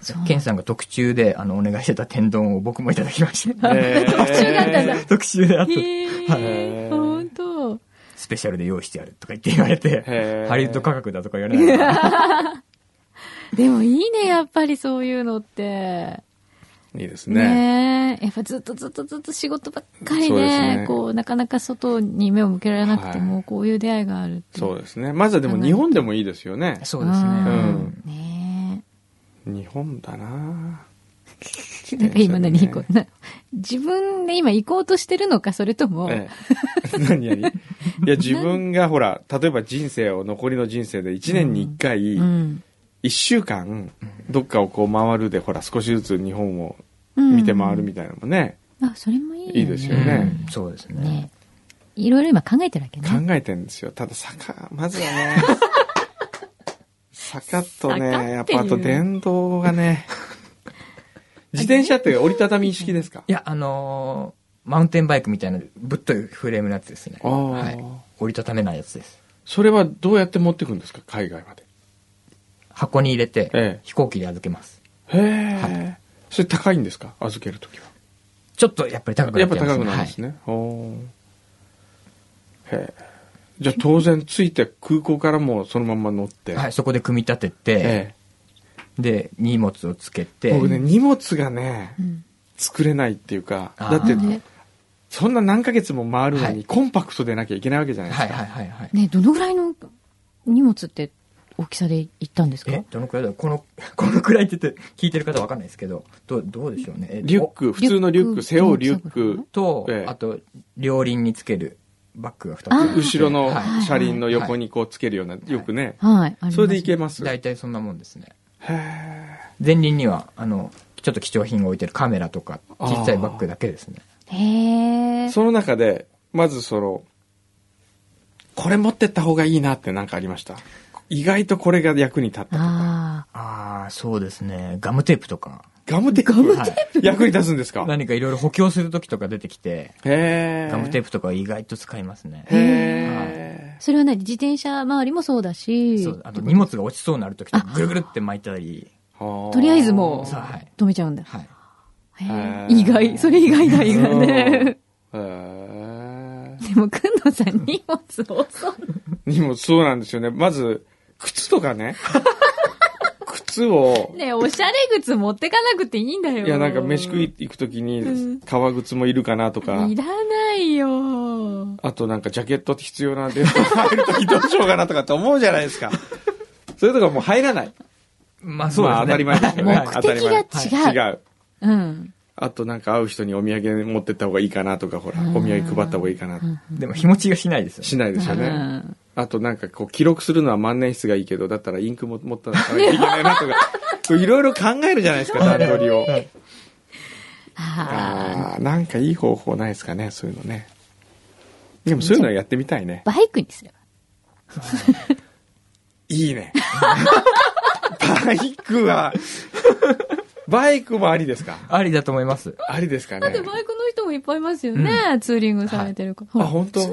そう
ケンさんが特注であのお願いしてた天丼を僕もいただきました。
ー
特集だったんだ。
*laughs* 特注であと
へ
は
え、
い
本当。
スペシャルで用意してやるとか言って言われ
へ
て
ー、
ハリウッド価格だとか言わ
*laughs*
れながら、
でもいいね、やっぱりそういうのって。
いいですね。
ねえ。やっぱずっとずっとずっと仕事ばっかりで、
そうですね
こう、なかなか外に目を向けられなくても、
はい
こういう出会いがあるっていう。
そうですね。まずはでも日本でもいいですよね。
そうです
ん
ね。
うん
ね
日本だな
え。なんか今何、
自転車で
こ
ね
うな、自分で今行こうとしてるのか、それとも、
ええ *laughs* 何何いや、自分がほら、例えば人生を、残りの人生で1年に1回、
うん。
1週間、どっかをこう回るで、ほら、少しずつ日本を見て回るみたいなのもね、
あ、それもいいよ、ね。
いいです
う
よ
ん
ね
そうですね。
ねいろいろ今考えてるわけね。
考えてんですよ。ただ、坂、まずはね、坂
坂
とね、
っていう
やっぱあと電動がね、自転車って折りたたみ式ですか
いや、あのーマウンテンバイクみたいな、ぶっといフレームのやつですね。
あー
はい。折りたためないやつです。
それはどうやって持ってくんですか海外まで。
箱に入れて、
ええ
飛行機で預けます。
へえ、それ高いんですか預けるときは。
ちょっとやっぱり高くな
や
っ
っ
ち
ぱ
ゃいます
高くなるんですね。ほうへえ。じゃあ当然着いて空港からもそのまま乗って。
はい。はい、そこで組み立てて、
え
で、荷物をつけ
え
て、
僕ね、荷物がね
う、ん。
作れないっていうか、
あ
だ
ー
って、
ね
そんな何ヶ月も回るの
は
に
い
コンパクトでなきゃいけないわけじゃないです
はい
か。
はいはいはい。
ねどのぐらいの荷物って大きさで行ったんですか
え、どのくらいだろうこの、 *laughs* このくらいって言って、聞いてる方わかんないですけど、どう、どうでしょうね。え
リュック、普通のリュ
リ
ッ
ュック
ク、背負うリュッ
リュック
ク、
と、
ええ
あと、両輪につけるバッグが
あー
2つ。
後ろの
はい
車輪の横にこうつけるような、よくね。
はい。あります
それでいけます。へ
大体そんなもんですね。
え。
前輪には、あの、ちょっと貴重品を置いてるカメラとか、
あー
ちっちゃいバッグだけですね。
へえ。
その中で、まずその、これ持ってった方がいいなってなんかありました意外とこれが役に立ったとか。
あ
ああ、そうですね。ガムテープとか。
ガムテープ役に立つんですか
何かいろいろ補強するときとか出てきて、
へー
ガムテープとかは意外と使いますね。
へ
あ。それは何自転車周りもそうだし、
そう、あと荷物が落ちそうになるときとか、ぐるぐるって巻いたり、
ー
とりあえずもう
そうはい
止めちゃうんだ。
はい。
へえ
へえ
意外。それ意外だ、意外ね。
うんへー
でも、くんのさん荷物多そう。
にもそうなんですよね。まず、靴とか
*laughs*
ね。靴を、
ねえおしゃれ靴持ってかなくていいんだよ。
いやなんか飯食い行くとき
うん
に革靴もいるかなとか。
いらないよ。
あとなんかジャケットって必要なんで、入るときどうしようかなとかって思うじゃないですか。それとかもう入らない。
まあ
まあ当たり前ですけどね。
目
当たり前
的が違う
はい違う。
うん。
あとなんか会う人にお土産持ってった方がいいかなとか、ほら、お土産配った方がいいかな。
*laughs* でも日持ちがしないですよね。
しないですよ
う
ね。
ん。
あとなんかこう記録するのは万年筆がいいけど、だったらインクも持ったらいけないなとか、こういろいろ考えるじゃないですか、段取りを。
ああ。
ああ、なんかいい方法ないですかね、そういうのね。でもそういうのはやってみたいね。
バイクにすれば。
いいね。バイクは、バイクもありですか
ありだと思います。
ありですか
だっ
ね
て。バイクの人もいっぱいいますよね。ツーリングされてるか
あ、
ら。ほ
本当
はい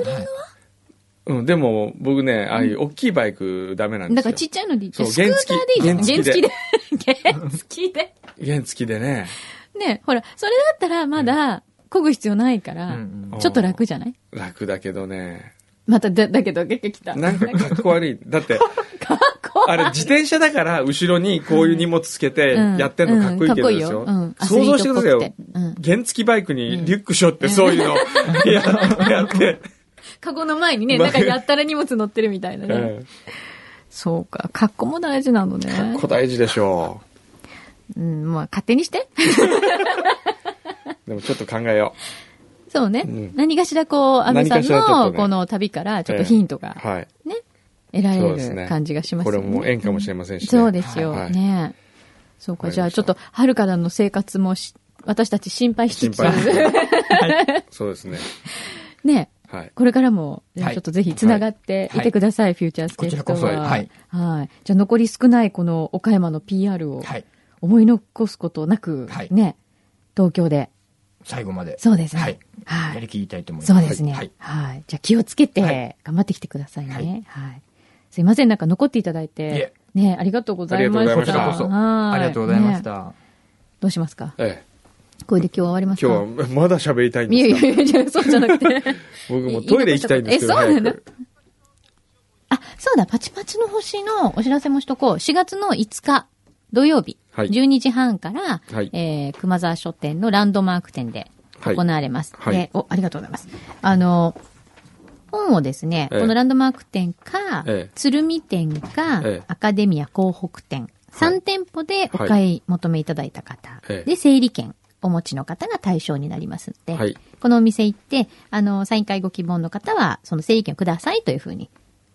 うん、でも僕ね、ああいう大きいバイクダメなん
らだ
です
か
よ。
らちっちゃいのでいい。スク
そう
ーターでいいじゃん。原付
原
で
付で。
原付で。
原付きでね。
ねほら、それだったらまだ、漕ぐ必要ないから
うんうんう、ん
ちょっと楽じゃない
楽だけどね。
また、だ、だけど、結局来た。
なんかかっこ悪い。だって、
かっこ
あれ自転車だから後ろにこういう荷物つけて
うん
やってんのかっこいいけどです
う
よ。
んかっこいい
想
ようん
像してください
アス
よ
リートっぽくてうん。
原付きバイクにリュックしょってそう
*laughs*
いうのややって。
カゴの前にね、なんかやったら荷物乗ってるみたいなね。そうか。格好も大事なの
うん
ね
こ。大事でしょ
うん、まあ、勝手にして。
う。でもちょっと考えよ
そうね
うん。
何かしらこう、安倍さん
何かしらちょっと
の
ね
この旅から、
う。
ちょっとヒントが
ええはい。
ね、得ら
そう
れ
です
る
ね
感じがします
こ
よ
れ
ね。
も縁かもしれませんしね。
そうですよ。
はい
ねそうか。
わかりました
じゃあ、ちょっと、はるからの生活もし、私たち心配し
心
つつ、 *laughs*
配です。そうですね。
ね、
はい。
これからも、じゃあ
はい
ちょっとぜひ繋がっていてください、フューチャースケープと
こちらこそはい。
はい。じゃあ、残り少ないこの岡山の PR を
はい。
思い残すことなく
はい、
ね、東京で。
最後まで。
そうですね。
はい。
はい
やりきりたいと思います。
そうですね。
は
はいい。。じゃあ気をつけ
はい
て、頑張ってきてください
は
ね
い。
はい。すいません、なんか残っていただい
いえ
て。ねありがとうございました。
ありがとうご
こち
ざい
ら
ま
こ
し
そ。
は
ありがとうございまし
ね
た。
どうしますか
ええ。
これで今日終わりますか
今日はまだ喋りたいん
いや
で
い
す
や
か
いや、そうじゃなく
*laughs*
て。
僕もうトイレ行きたいんですけど、
えそうなの
早く。
あ、そうだ、パチパチの星のお知らせもしとこう。4月の5日土曜日。
はい
12時半から、
はい
えー熊沢書店のランドマーク店で
はい
行われます。
はい
でお、ありがとうございます。あの、本をですね、
ええ
このランドマーク店か、
ええ
鶴見店か、
ええ
アカデミア広北店、
い
3店舗でお買い求めいただいた方、
ええ
で、整理券お持ちの方が対象になりますので、
はい
このお店行って、あの、サイン会ご希望の方は、その整理券をくださいというふうに、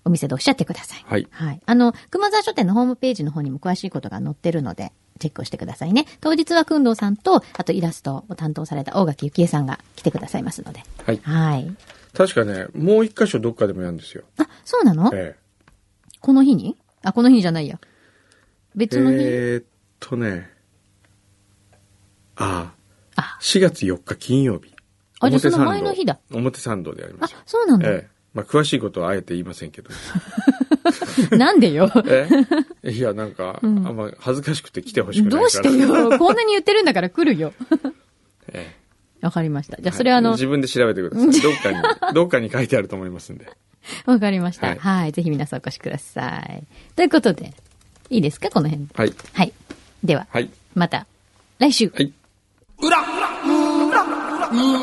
お店でおっしゃってください。
はい
あの、熊沢書店のホームページの方にも詳しいことが載ってるので、チェックをしてくださいね。当日は、くんどうさんと、あとイラストを担当された大垣幸恵さんが来てくださいますので。
はい
はい。
確かね、もう一箇所どっかでもやるんですよ。
あ、そうなの、
え
この日にあ、この日にじゃないや。
え
別の日。
えーっとね、ああ
あ、
4月4日金曜日。
あじゃあ
表
その前
参道
の日だ
表参道でやりま
あ
すよ、
そうなんだ。
ええ。まあ、詳しいことはあえて言いませ
*laughs*
んけど。
なんでよ。
ええいや、なんか、あんま恥ずかしくて来てほしくないから。
どうしてよ。こんなに言ってるんだから来るよ。
ええ
わかりました。じゃあ、それはあの
自、分で調べてく
*laughs*
ださい。どっかに、どっかに書いてあると思いますんで。
わかりました。
は
はいい、ぜひ皆さんお越しください。ということで、いいですかこの辺で。
はい。
はい。では、
はい。
また、来週。
はい。
裏裏裏裏裏裏裏